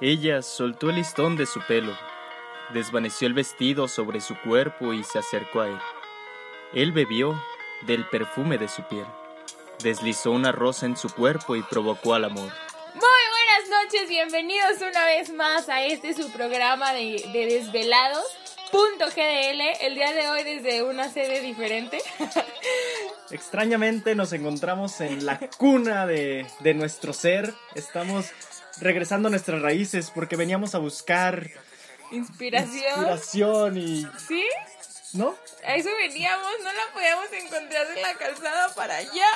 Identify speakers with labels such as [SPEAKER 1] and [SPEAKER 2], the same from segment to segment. [SPEAKER 1] Ella soltó el listón de su pelo, desvaneció el vestido sobre su cuerpo y se acercó a él. Él bebió del perfume de su piel, deslizó una rosa en su cuerpo y provocó al amor.
[SPEAKER 2] Muy buenas noches, bienvenidos una vez más a este su programa de, de Desvelados. Punto GDL, el día de hoy desde una sede diferente.
[SPEAKER 3] Extrañamente nos encontramos en la cuna de, de nuestro ser. Estamos regresando a nuestras raíces porque veníamos a buscar
[SPEAKER 2] Inspiración.
[SPEAKER 3] inspiración y...
[SPEAKER 2] ¿Sí?
[SPEAKER 3] ¿No?
[SPEAKER 2] A eso veníamos, no la podíamos encontrar en la calzada para allá.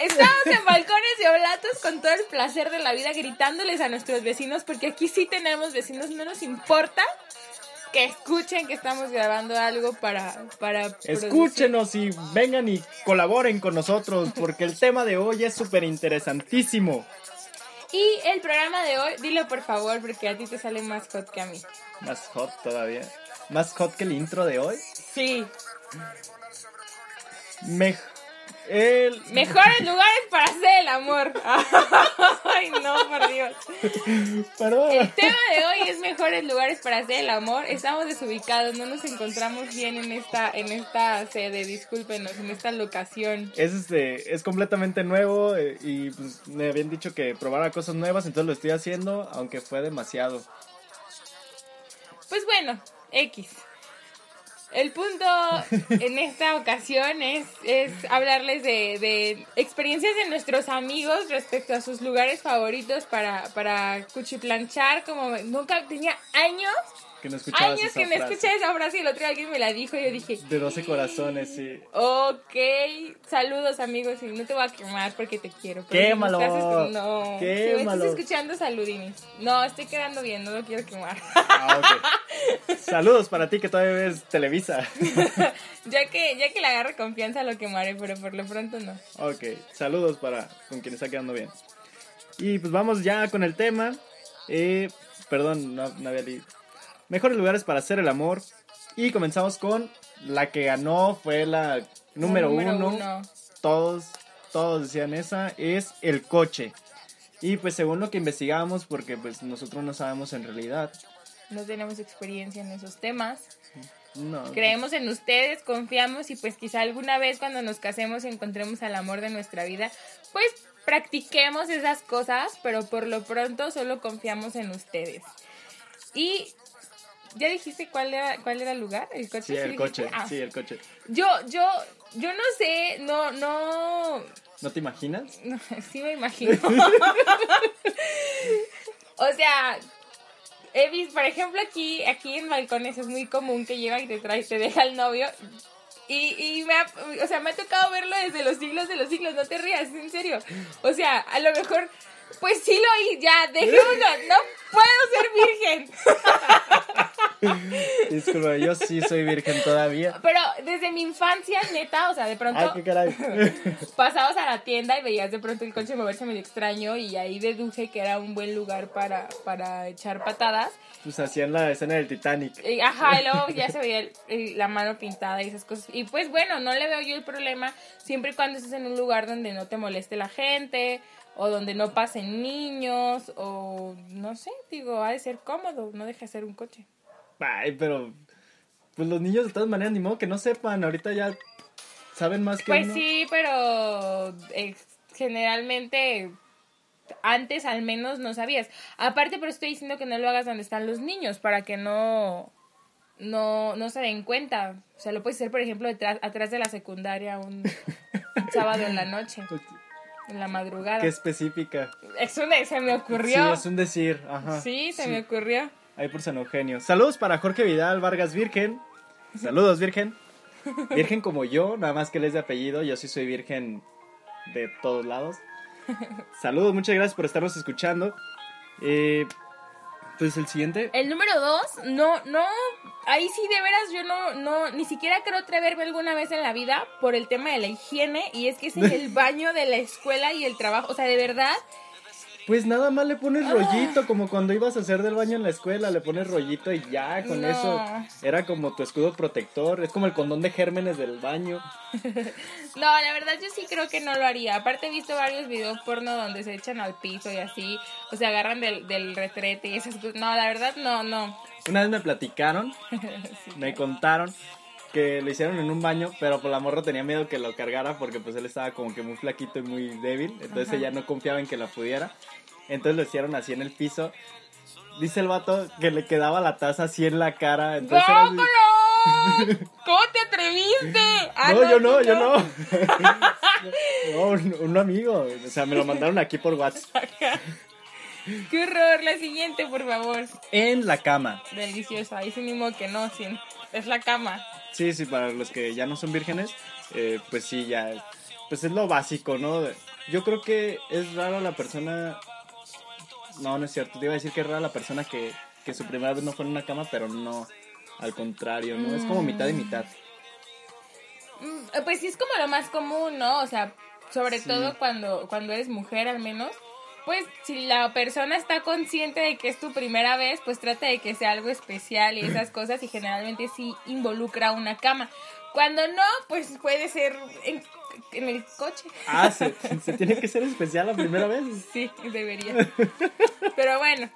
[SPEAKER 2] Estamos en balcones y oblatos con todo el placer de la vida gritándoles a nuestros vecinos porque aquí sí tenemos vecinos, no nos importa que escuchen que estamos grabando algo para... para producir.
[SPEAKER 3] Escúchenos y vengan y colaboren con nosotros porque el tema de hoy es súper interesantísimo.
[SPEAKER 2] Y el programa de hoy, dilo por favor porque a ti te sale más hot que a mí.
[SPEAKER 3] Más hot todavía. Más hot que el intro de hoy.
[SPEAKER 2] Sí.
[SPEAKER 3] Me... El...
[SPEAKER 2] Mejores lugares para hacer el amor. Ay, no, por Dios.
[SPEAKER 3] Perdón.
[SPEAKER 2] El tema de hoy es mejores lugares para hacer el amor. Estamos desubicados, no nos encontramos bien en esta, en esta sede, discúlpenos, en esta locación.
[SPEAKER 3] Es, este, es completamente nuevo eh, y pues, me habían dicho que probara cosas nuevas, entonces lo estoy haciendo, aunque fue demasiado.
[SPEAKER 2] Pues bueno, X. El punto en esta ocasión es, es hablarles de, de experiencias de nuestros amigos respecto a sus lugares favoritos para, para cuchiplanchar, como nunca tenía años,
[SPEAKER 3] Que no escuchaba
[SPEAKER 2] años
[SPEAKER 3] esa
[SPEAKER 2] que no
[SPEAKER 3] frase.
[SPEAKER 2] escuché esa frase y el otro día alguien me la dijo y yo dije,
[SPEAKER 3] De 12 corazones, sí.
[SPEAKER 2] Ok, saludos amigos y no te voy a quemar porque te quiero. pero
[SPEAKER 3] Quémalo,
[SPEAKER 2] si me estás escu- no, si me estás
[SPEAKER 3] quémalo.
[SPEAKER 2] escuchando saludines. No, estoy quedando bien, no lo quiero quemar.
[SPEAKER 3] Ah, ok. Saludos para ti que todavía ves Televisa.
[SPEAKER 2] ya que ya que le agarre confianza lo quemaré, pero por lo pronto no.
[SPEAKER 3] Ok, saludos para con quien está quedando bien. Y pues vamos ya con el tema. Eh, perdón, no, no había leído. Mejores lugares para hacer el amor. Y comenzamos con la que ganó, fue la número, uno. Todos, todos decían esa, es el coche. Y pues según lo que investigamos, porque pues nosotros no sabemos en realidad.
[SPEAKER 2] No tenemos experiencia en esos temas.
[SPEAKER 3] No.
[SPEAKER 2] Creemos en ustedes, confiamos y pues quizá alguna vez cuando nos casemos y encontremos al amor de nuestra vida, pues practiquemos esas cosas, pero por lo pronto solo confiamos en ustedes. Y ya dijiste cuál era cuál era el lugar, el coche.
[SPEAKER 3] Sí, el
[SPEAKER 2] dijiste?
[SPEAKER 3] coche,
[SPEAKER 2] Ah,
[SPEAKER 3] sí, el coche.
[SPEAKER 2] Yo yo yo no sé, no no
[SPEAKER 3] ¿No te imaginas?
[SPEAKER 2] no, sí me imagino. o sea, he visto, por ejemplo, aquí, aquí en balcones es muy común que llegan y te trae, te deja el novio. Y, y me ha, o sea, me ha tocado verlo desde los siglos de los siglos, no te rías, en serio. O sea, a lo mejor, pues sí lo oí, ya, dejémoslo, no puedo ser virgen.
[SPEAKER 3] Disculpa, yo sí soy virgen todavía.
[SPEAKER 2] Pero desde mi infancia, neta, o sea, de pronto...
[SPEAKER 3] Ay, qué caray.
[SPEAKER 2] pasabas a la tienda y veías de pronto el coche moverse medio extraño y ahí deduje que era un buen lugar para, para echar patadas.
[SPEAKER 3] Pues hacían la escena del Titanic.
[SPEAKER 2] Y, ajá, y luego ya se veía el- el- la mano pintada y esas cosas. Y pues bueno, no le veo yo el problema siempre y cuando estés en un lugar donde no te moleste la gente o donde no pasen niños o no sé, digo, ha de ser cómodo, no deja de ser un coche.
[SPEAKER 3] Ay, pero. Pues los niños de todas maneras, ni modo que no sepan. Ahorita ya saben más que
[SPEAKER 2] Pues
[SPEAKER 3] uno.
[SPEAKER 2] sí, pero eh, generalmente antes al menos no sabías. Aparte, pero estoy diciendo que no lo hagas donde están los niños para que no no no se den cuenta. O sea, lo puedes hacer, por ejemplo, detrás, atrás de la secundaria un sábado en la noche, en la madrugada.
[SPEAKER 3] Pues, Qué específica.
[SPEAKER 2] Es una, se me
[SPEAKER 3] Sí,
[SPEAKER 2] ocurrió.
[SPEAKER 3] es un decir. Ajá.
[SPEAKER 2] Sí, se me ocurrió.
[SPEAKER 3] Ahí por San Eugenio. Saludos para Jorge Vidal Vargas Virgen. Saludos, Virgen. Virgen como yo, nada más que les de apellido. Yo sí soy virgen de todos lados. Saludos, muchas gracias por estarnos escuchando. Eh, pues el siguiente.
[SPEAKER 2] El número dos, no, no, ahí sí de veras yo no, no, ni siquiera creo atreverme alguna vez en la vida por el tema de la higiene y es que es en el baño de la escuela y el trabajo, o sea, de verdad,
[SPEAKER 3] Pues nada más le pones
[SPEAKER 2] Ah.
[SPEAKER 3] rollito, como cuando ibas a hacer del baño en la escuela, le pones rollito y ya, con
[SPEAKER 2] No.
[SPEAKER 3] eso. Era como tu escudo protector, es como el condón de gérmenes del baño.
[SPEAKER 2] No, la verdad yo sí creo que no lo haría. Aparte he visto varios videos porno donde se echan al piso y así, o se agarran del, del retrete y esas cosas. No, la verdad no, no.
[SPEAKER 3] Una vez me platicaron, me contaron que lo hicieron en un baño, pero por la morra tenía miedo que lo cargara porque pues él estaba como que muy flaquito y muy débil, entonces ella no confiaba en que la pudiera. Entonces lo hicieron así en el piso. Dice el vato que le quedaba la taza así en la cara. Entonces era así-
[SPEAKER 2] ¡Vámonos! ¿Cómo te atreviste? Ah,
[SPEAKER 3] no, yo no,
[SPEAKER 2] sí,
[SPEAKER 3] yo no. No, un, un amigo. O sea, me lo mandaron aquí por WhatsApp.
[SPEAKER 2] Qué horror, la siguiente, por favor.
[SPEAKER 3] En la cama.
[SPEAKER 2] Deliciosa, ahí sí ni modo que no, sin. Es la cama.
[SPEAKER 3] Sí, sí, para los que ya no son vírgenes, eh, pues sí, ya. Pues es lo básico, ¿no? Yo creo que es raro la persona. No, no es cierto. Te iba a decir que es rara la persona que, que su primera vez no fue en una cama, pero no. Al contrario, ¿no? Es como mitad y mitad.
[SPEAKER 2] Mm, eh, Pues sí es como lo más común, ¿no? O sea, sobre todo cuando, cuando eres mujer al menos. Pues si la persona está consciente de que es tu primera vez, pues trata de que sea algo especial y esas cosas y generalmente sí involucra una cama. Cuando no, pues puede ser en, en el coche.
[SPEAKER 3] Ah, se, se tiene que ser especial la primera vez.
[SPEAKER 2] Sí, debería. Pero bueno,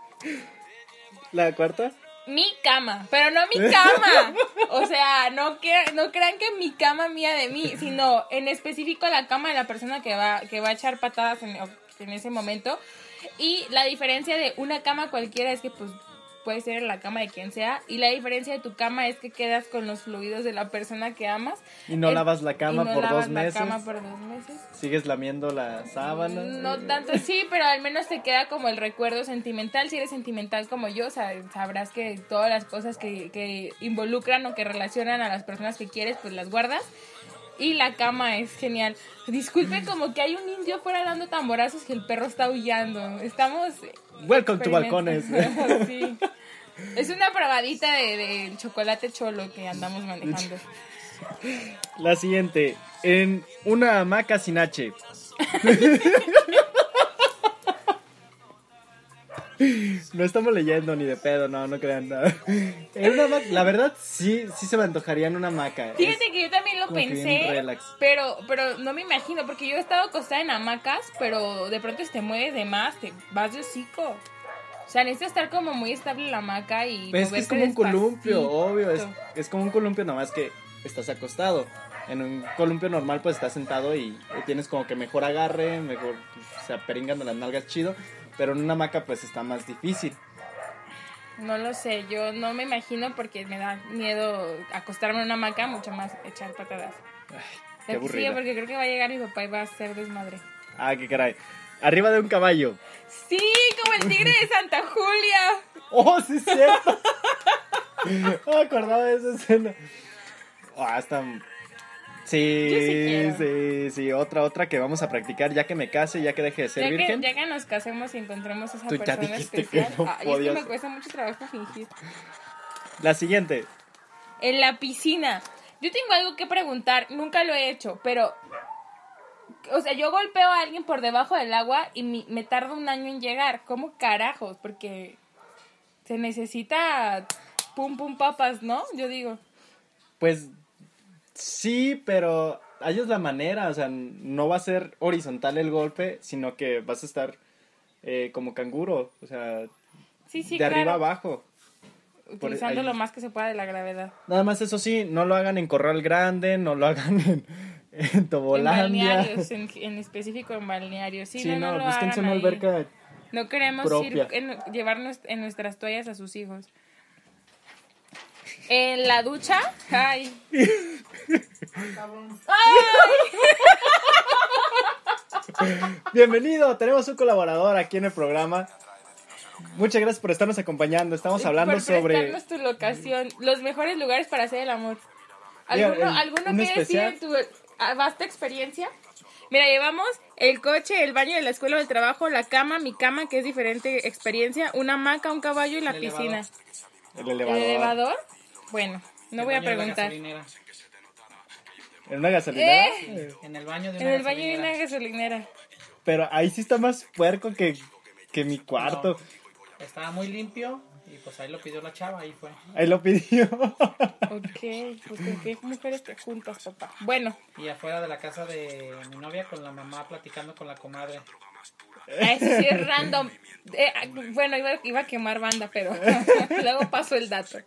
[SPEAKER 3] La cuarta.
[SPEAKER 2] mi cama, pero no mi cama. O sea, no, que, no crean que mi cama mía de mí, sino en específico la cama de la persona que va, que va a echar patadas en, en ese momento. Y la diferencia de una cama cualquiera es que pues puede ser en la cama de quien sea. Y la diferencia de tu cama es que quedas con los fluidos de la persona que amas.
[SPEAKER 3] Y no
[SPEAKER 2] Eh,
[SPEAKER 3] lavas la cama
[SPEAKER 2] y no
[SPEAKER 3] por
[SPEAKER 2] lavas
[SPEAKER 3] dos
[SPEAKER 2] la
[SPEAKER 3] meses.
[SPEAKER 2] cama por dos meses.
[SPEAKER 3] Sigues lamiendo la sábana.
[SPEAKER 2] Mm, No tanto, sí, pero al menos te queda como el recuerdo sentimental. Si eres sentimental como yo, sa- sabrás que todas las cosas que, que involucran o que relacionan a las personas que quieres, pues las guardas. Y la cama es genial.
[SPEAKER 3] Mm.
[SPEAKER 2] Disculpe, como que hay un indio fuera dando tamborazos que el perro está aullando. Estamos.
[SPEAKER 3] Welcome to balcones.
[SPEAKER 2] experimentando. sí. Es una probadita de, de chocolate cholo que andamos manejando.
[SPEAKER 3] La siguiente. En una hamaca sin H. No estamos leyendo ni de pedo, no, no crean nada. En una hamaca- la verdad, sí, sí se me antojaría en una hamaca. Es-
[SPEAKER 2] Fíjate que yo también lo
[SPEAKER 3] como que bien
[SPEAKER 2] pensé,
[SPEAKER 3] relax.
[SPEAKER 2] pero pero no me imagino, porque yo he estado acostada en hamacas, pero de pronto si te mueves de más, te vas de hocico. O sea, necesitas estar como muy estable la hamaca y
[SPEAKER 3] Pues es que es como un
[SPEAKER 2] moverte
[SPEAKER 3] columpio,
[SPEAKER 2] despacito.
[SPEAKER 3] obvio. Es, es como un columpio, nomás que estás acostado. En un columpio normal, pues estás sentado y tienes como que mejor agarre, mejor pues, se aperingan de las nalgas chido. Pero en una hamaca, pues está más difícil.
[SPEAKER 2] No lo sé, yo no me imagino porque me da miedo acostarme en una hamaca, mucho más echar patadas.
[SPEAKER 3] Qué
[SPEAKER 2] Pero sí,
[SPEAKER 3] aburrido.
[SPEAKER 2] porque creo que va a llegar mi papá y va a hacer desmadre.
[SPEAKER 3] Ah, qué caray. Arriba de un caballo.
[SPEAKER 2] Sí, como el tigre de Santa Julia.
[SPEAKER 3] ¡Oh, sí es cierto! No me acordaba de esa escena. Ah, está... Sí,
[SPEAKER 2] Yo sí quiero.
[SPEAKER 3] sí, sí, otra, otra que vamos a practicar ya que me case, ya que deje de ser
[SPEAKER 2] Ya que,
[SPEAKER 3] virgen.
[SPEAKER 2] ya que nos casemos y encontremos a esa
[SPEAKER 3] Tú ya
[SPEAKER 2] persona
[SPEAKER 3] dijiste que
[SPEAKER 2] especial.
[SPEAKER 3] no
[SPEAKER 2] Ay, es que
[SPEAKER 3] podías.
[SPEAKER 2] me cuesta mucho trabajo fingir.
[SPEAKER 3] La siguiente.
[SPEAKER 2] En la piscina. Yo tengo algo que preguntar, nunca lo he hecho, pero. O sea, yo golpeo a alguien por debajo del agua y mi- me tarda un año en llegar. ¿Cómo carajos? Porque se necesita pum pum papas, ¿no? Yo digo.
[SPEAKER 3] Pues sí, pero hay es la manera, o sea, no va a ser horizontal el golpe, sino que vas a estar eh, como canguro, o sea,
[SPEAKER 2] Sí, sí,
[SPEAKER 3] de arriba
[SPEAKER 2] claro.
[SPEAKER 3] abajo.
[SPEAKER 2] utilizando
[SPEAKER 3] ahí.
[SPEAKER 2] lo más que se pueda de la gravedad.
[SPEAKER 3] Nada más eso sí, no lo hagan en Corral Grande, no lo hagan en, en
[SPEAKER 2] En
[SPEAKER 3] Tobolandia.
[SPEAKER 2] balnearios, en, en específico en balnearios. Sí,
[SPEAKER 3] Sí,
[SPEAKER 2] no,
[SPEAKER 3] no,
[SPEAKER 2] no lo
[SPEAKER 3] búsquense
[SPEAKER 2] hagan
[SPEAKER 3] una
[SPEAKER 2] ahí.
[SPEAKER 3] alberca.
[SPEAKER 2] No queremos
[SPEAKER 3] propia.
[SPEAKER 2] ir en- llevar nues- en nuestras toallas a sus hijos. En la ducha, ay. ¡Ay!
[SPEAKER 3] Bienvenido, tenemos un colaborador aquí en el programa. Muchas gracias por estarnos acompañando. Estamos hablando
[SPEAKER 2] Por
[SPEAKER 3] sobre
[SPEAKER 2] prestarnos tu locación, los mejores lugares para hacer el amor.
[SPEAKER 3] Mira,
[SPEAKER 2] ¿Alguno,
[SPEAKER 3] el-
[SPEAKER 2] ¿alguno
[SPEAKER 3] un
[SPEAKER 2] quiere decir
[SPEAKER 3] especial.
[SPEAKER 2] tu ah, vasta experiencia? Mira, llevamos el coche, el baño de la escuela, el trabajo, la cama, mi cama, que es diferente experiencia, una hamaca, un caballo y la
[SPEAKER 4] El elevador.
[SPEAKER 2] piscina.
[SPEAKER 3] el
[SPEAKER 2] ¿El
[SPEAKER 3] elevador.
[SPEAKER 2] elevador? Bueno, no
[SPEAKER 4] El
[SPEAKER 2] voy a
[SPEAKER 4] baño de una
[SPEAKER 2] preguntar.
[SPEAKER 4] gasolinera.
[SPEAKER 3] En una gasolinera.
[SPEAKER 2] ¿Eh?
[SPEAKER 4] En el baño de
[SPEAKER 2] En
[SPEAKER 4] una
[SPEAKER 2] el baño de una
[SPEAKER 4] gasolinera.
[SPEAKER 2] gasolinera.
[SPEAKER 3] Pero ahí sí está más puerco que que mi cuarto.
[SPEAKER 4] Estaba muy limpio y pues ahí lo pidió la chava, ahí fue.
[SPEAKER 3] Ahí lo pidió.
[SPEAKER 2] Ok, pues con qué mujeres te juntas, papá. Bueno,
[SPEAKER 4] Y afuera de la casa de mi novia con la mamá platicando con la comadre.
[SPEAKER 2] eso sí es random. Eh, ah, bueno, iba, iba a quemar banda, pero luego paso el dato.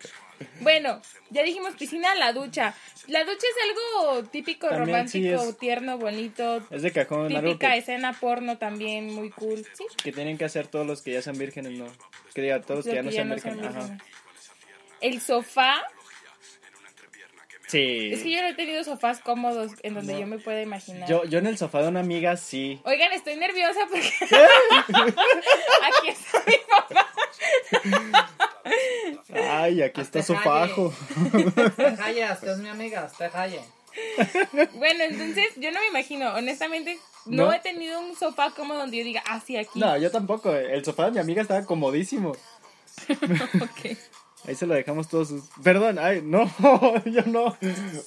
[SPEAKER 2] Bueno, ya dijimos piscina, la ducha. La ducha es algo típico,
[SPEAKER 3] También sí
[SPEAKER 2] romántico,
[SPEAKER 3] es-
[SPEAKER 2] tierno, bonito.
[SPEAKER 3] Es de cajón, algo
[SPEAKER 2] Típica
[SPEAKER 3] que,
[SPEAKER 2] escena porno también, muy cool. Sí,
[SPEAKER 3] que tienen que hacer todos los que ya sean vírgenes, no. Que diga, todos los que
[SPEAKER 2] Lo
[SPEAKER 3] ya no
[SPEAKER 2] que ya
[SPEAKER 3] sean
[SPEAKER 2] no sean
[SPEAKER 3] vírgenes. Ajá.
[SPEAKER 2] vírgenes. El sofá, es que
[SPEAKER 3] Sí.
[SPEAKER 2] yo no he tenido sofás cómodos en donde yo me pueda imaginar.
[SPEAKER 3] Yo, yo en el sofá de una amiga sí.
[SPEAKER 2] Oigan, estoy nerviosa porque aquí está mi papá.
[SPEAKER 3] Ay, aquí está su
[SPEAKER 4] Hasta
[SPEAKER 3] fajo.
[SPEAKER 4] Te jayas, usted es mi amiga, te jaye.
[SPEAKER 2] Bueno, entonces yo no me imagino, honestamente, no,
[SPEAKER 3] ¿No?
[SPEAKER 2] he tenido un sofá cómodo donde yo diga, así aquí.
[SPEAKER 3] No, yo tampoco. eh. El sofá de mi amiga estaba comodísimo.
[SPEAKER 2] Ok.
[SPEAKER 3] Ahí se lo dejamos todos sus... Perdón, ay, no, yo no.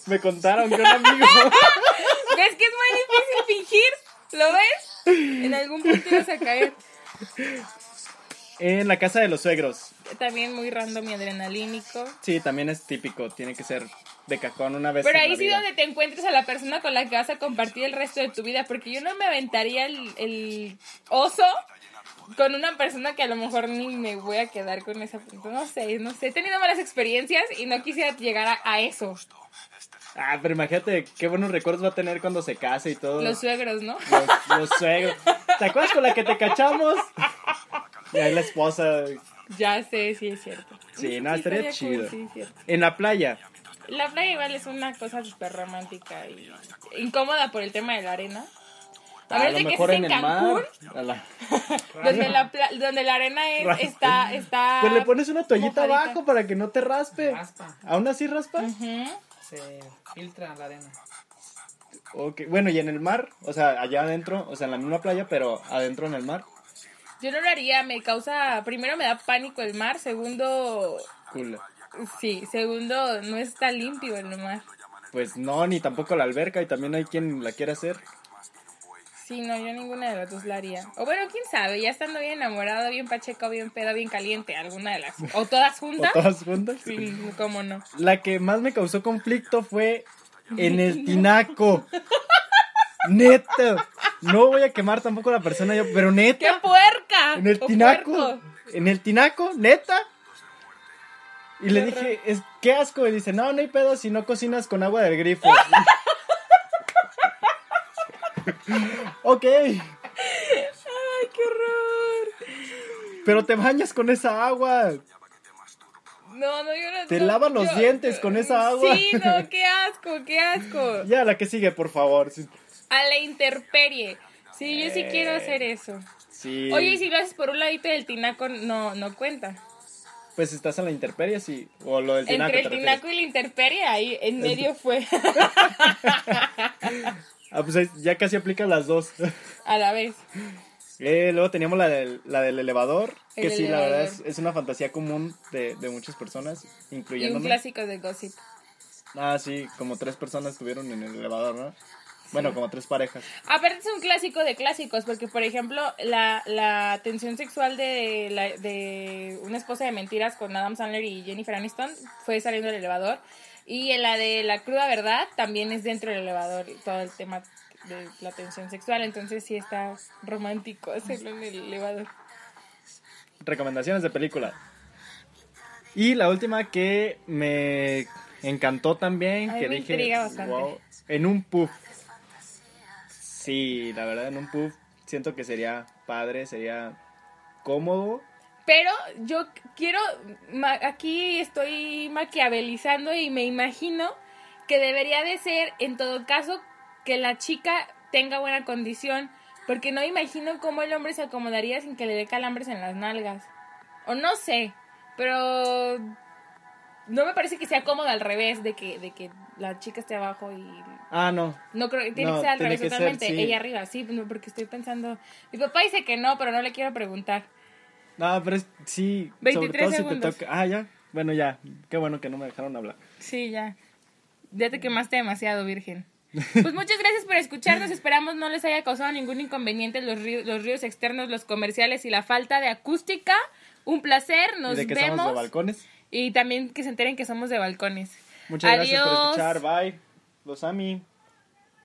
[SPEAKER 3] Me contaron que un amigo...
[SPEAKER 2] ¿Ves que es muy difícil fingir? ¿Lo ves? En algún punto ibas a caer.
[SPEAKER 3] En la casa de los suegros.
[SPEAKER 2] También muy random y adrenalínico.
[SPEAKER 3] Sí, también es típico. Tiene que ser de cajón una vez
[SPEAKER 2] Pero
[SPEAKER 3] Pues en
[SPEAKER 2] ahí
[SPEAKER 3] la
[SPEAKER 2] sí
[SPEAKER 3] vida.
[SPEAKER 2] donde te encuentres a la persona con la que vas a compartir el resto de tu vida, porque yo no me aventaría el, el oso con una persona que a lo mejor ni me voy a quedar con esa persona. No sé, no sé. He tenido malas experiencias y no quisiera llegar a, a eso.
[SPEAKER 3] Ah, pero imagínate qué buenos recuerdos va a tener cuando se case y todo.
[SPEAKER 2] Los suegros, ¿no?
[SPEAKER 3] Los- los suegros. ¿Te acuerdas con la que te cachamos? Y ahí la esposa.
[SPEAKER 2] Ya sé, sí es cierto.
[SPEAKER 3] Sí, no, estaría
[SPEAKER 2] cool,
[SPEAKER 3] chido.
[SPEAKER 2] sí, es cierto.
[SPEAKER 3] En la playa.
[SPEAKER 2] La playa igual es una cosa súper romántica y incómoda por el tema de la arena. A,
[SPEAKER 3] A
[SPEAKER 2] ver,
[SPEAKER 3] lo
[SPEAKER 2] de que
[SPEAKER 3] mejor
[SPEAKER 2] estés
[SPEAKER 3] en
[SPEAKER 2] en
[SPEAKER 3] el
[SPEAKER 2] Cancún,
[SPEAKER 3] mar. a la-
[SPEAKER 2] donde Pues la, pla- donde la arena es-
[SPEAKER 3] Raro.
[SPEAKER 2] está, está...
[SPEAKER 3] Pues le pones una toallita
[SPEAKER 2] mojadita.
[SPEAKER 3] abajo para que no te raspe.
[SPEAKER 4] Raspa,
[SPEAKER 3] ¿Aún así raspa?
[SPEAKER 2] Ujú.
[SPEAKER 4] se filtra la arena.
[SPEAKER 3] Ok, Bueno, y en el mar, o sea, allá adentro, o sea, en la misma playa, pero adentro en el mar.
[SPEAKER 2] Yo no lo haría, me causa, primero me da pánico el mar, segundo,
[SPEAKER 3] Cool.
[SPEAKER 2] sí, segundo, no está limpio el mar.
[SPEAKER 3] Pues no, ni tampoco la alberca, y también hay quien la quiera hacer.
[SPEAKER 2] Sí, no, yo ninguna de las dos la haría. O bueno, quién sabe, ya estando bien enamorado, bien pacheco, bien pedo, bien caliente, alguna de las, o todas
[SPEAKER 3] O
[SPEAKER 2] juntas.
[SPEAKER 3] todas juntas.
[SPEAKER 2] Sí, cómo no.
[SPEAKER 3] La que más me causó conflicto fue en el tinaco. Neta. No voy a quemar tampoco a la persona yo, pero
[SPEAKER 2] ¡Qué
[SPEAKER 3] neta.
[SPEAKER 2] puerca!
[SPEAKER 3] En el
[SPEAKER 2] ¡O
[SPEAKER 3] tinaco.
[SPEAKER 2] puerco!
[SPEAKER 3] En el tinaco, neta. Y le
[SPEAKER 2] Qué
[SPEAKER 3] dije, es, qué asco. Y dice, no, no hay pedo si no cocinas con agua del grifo. ok,
[SPEAKER 2] ¡Ay, qué horror!
[SPEAKER 3] pero te bañas con esa agua.
[SPEAKER 2] No, no, yo no.
[SPEAKER 3] Te
[SPEAKER 2] no,
[SPEAKER 3] lavas los
[SPEAKER 2] yo- mm,
[SPEAKER 3] dientes con esa agua.
[SPEAKER 2] Sí, no, qué asco, qué asco.
[SPEAKER 3] Ya, la que sigue, por favor. Sí.
[SPEAKER 2] A la interperie. Sí, yo sí quiero hacer eso.
[SPEAKER 3] sí.
[SPEAKER 2] Oye, y si lo haces por un ladito del tinaco, no, no cuenta.
[SPEAKER 3] Pues estás en la intemperie, sí. O lo del tinaco.
[SPEAKER 2] Entre el
[SPEAKER 3] te refieres.
[SPEAKER 2] tinaco y la interperie, ahí en medio fue
[SPEAKER 3] Ah, pues ahí ya casi aplica las dos.
[SPEAKER 2] a la vez.
[SPEAKER 3] Eh, luego teníamos la del, la del elevador,
[SPEAKER 2] El
[SPEAKER 3] que sí, la verdad es,
[SPEAKER 2] elevador.
[SPEAKER 3] es una fantasía común de, de muchas personas,
[SPEAKER 2] Y un
[SPEAKER 3] incluyéndome.
[SPEAKER 2] clásico de gossip.
[SPEAKER 3] Ah, sí, como tres personas estuvieron en el elevador, ¿no? Bueno, como tres parejas.
[SPEAKER 2] Aparte es un clásico de clásicos, porque por ejemplo, la, la tensión sexual de, la- de una esposa de mentiras con Adam Sandler y Jennifer Aniston fue saliendo del elevador. Y en la de la cruda verdad también es dentro del elevador y todo el tema de la tensión sexual. Entonces sí está romántico hacerlo en el elevador.
[SPEAKER 3] Recomendaciones de película. Y la última que me encantó también,
[SPEAKER 2] Ay,
[SPEAKER 3] que
[SPEAKER 2] me
[SPEAKER 3] dije,
[SPEAKER 2] intriga bastante.
[SPEAKER 3] wow, en un pub. Sí, la verdad, en un pub siento que sería padre, sería cómodo.
[SPEAKER 2] Pero yo quiero, ma- aquí estoy maquiavelizando y me imagino que debería de ser, en todo caso, que la chica tenga buena condición, porque no imagino cómo el hombre se acomodaría sin que le dé calambres en las nalgas. O no sé, pero no me parece que sea cómodo al revés, de que, de que la chica esté abajo y
[SPEAKER 3] Ah, no,
[SPEAKER 2] no creo, tiene
[SPEAKER 3] No,
[SPEAKER 2] que ser al
[SPEAKER 3] tiene
[SPEAKER 2] revés
[SPEAKER 3] que ser,
[SPEAKER 2] totalmente,
[SPEAKER 3] sí.
[SPEAKER 2] ella arriba, sí, no, porque estoy pensando, mi papá dice que no, pero no le quiero preguntar.
[SPEAKER 3] No, Ah, pero es, sí,
[SPEAKER 2] 23
[SPEAKER 3] sobre todo
[SPEAKER 2] segundos.
[SPEAKER 3] si te toca. Ah, ya. Bueno, ya. Qué bueno que no me dejaron hablar.
[SPEAKER 2] Sí, ya. Ya te quemaste demasiado, Virgen. Pues muchas gracias por escucharnos. Esperamos no les haya causado ningún inconveniente los, ríos, los ríos externos, los comerciales y la falta de acústica. Un placer,
[SPEAKER 3] Y
[SPEAKER 2] nos
[SPEAKER 3] de que somos de
[SPEAKER 2] vemos.
[SPEAKER 3] balcones.
[SPEAKER 2] Y también que se enteren que somos de balcones.
[SPEAKER 3] Muchas gracias por
[SPEAKER 2] Adiós.
[SPEAKER 3] escuchar. Bye. Los ami.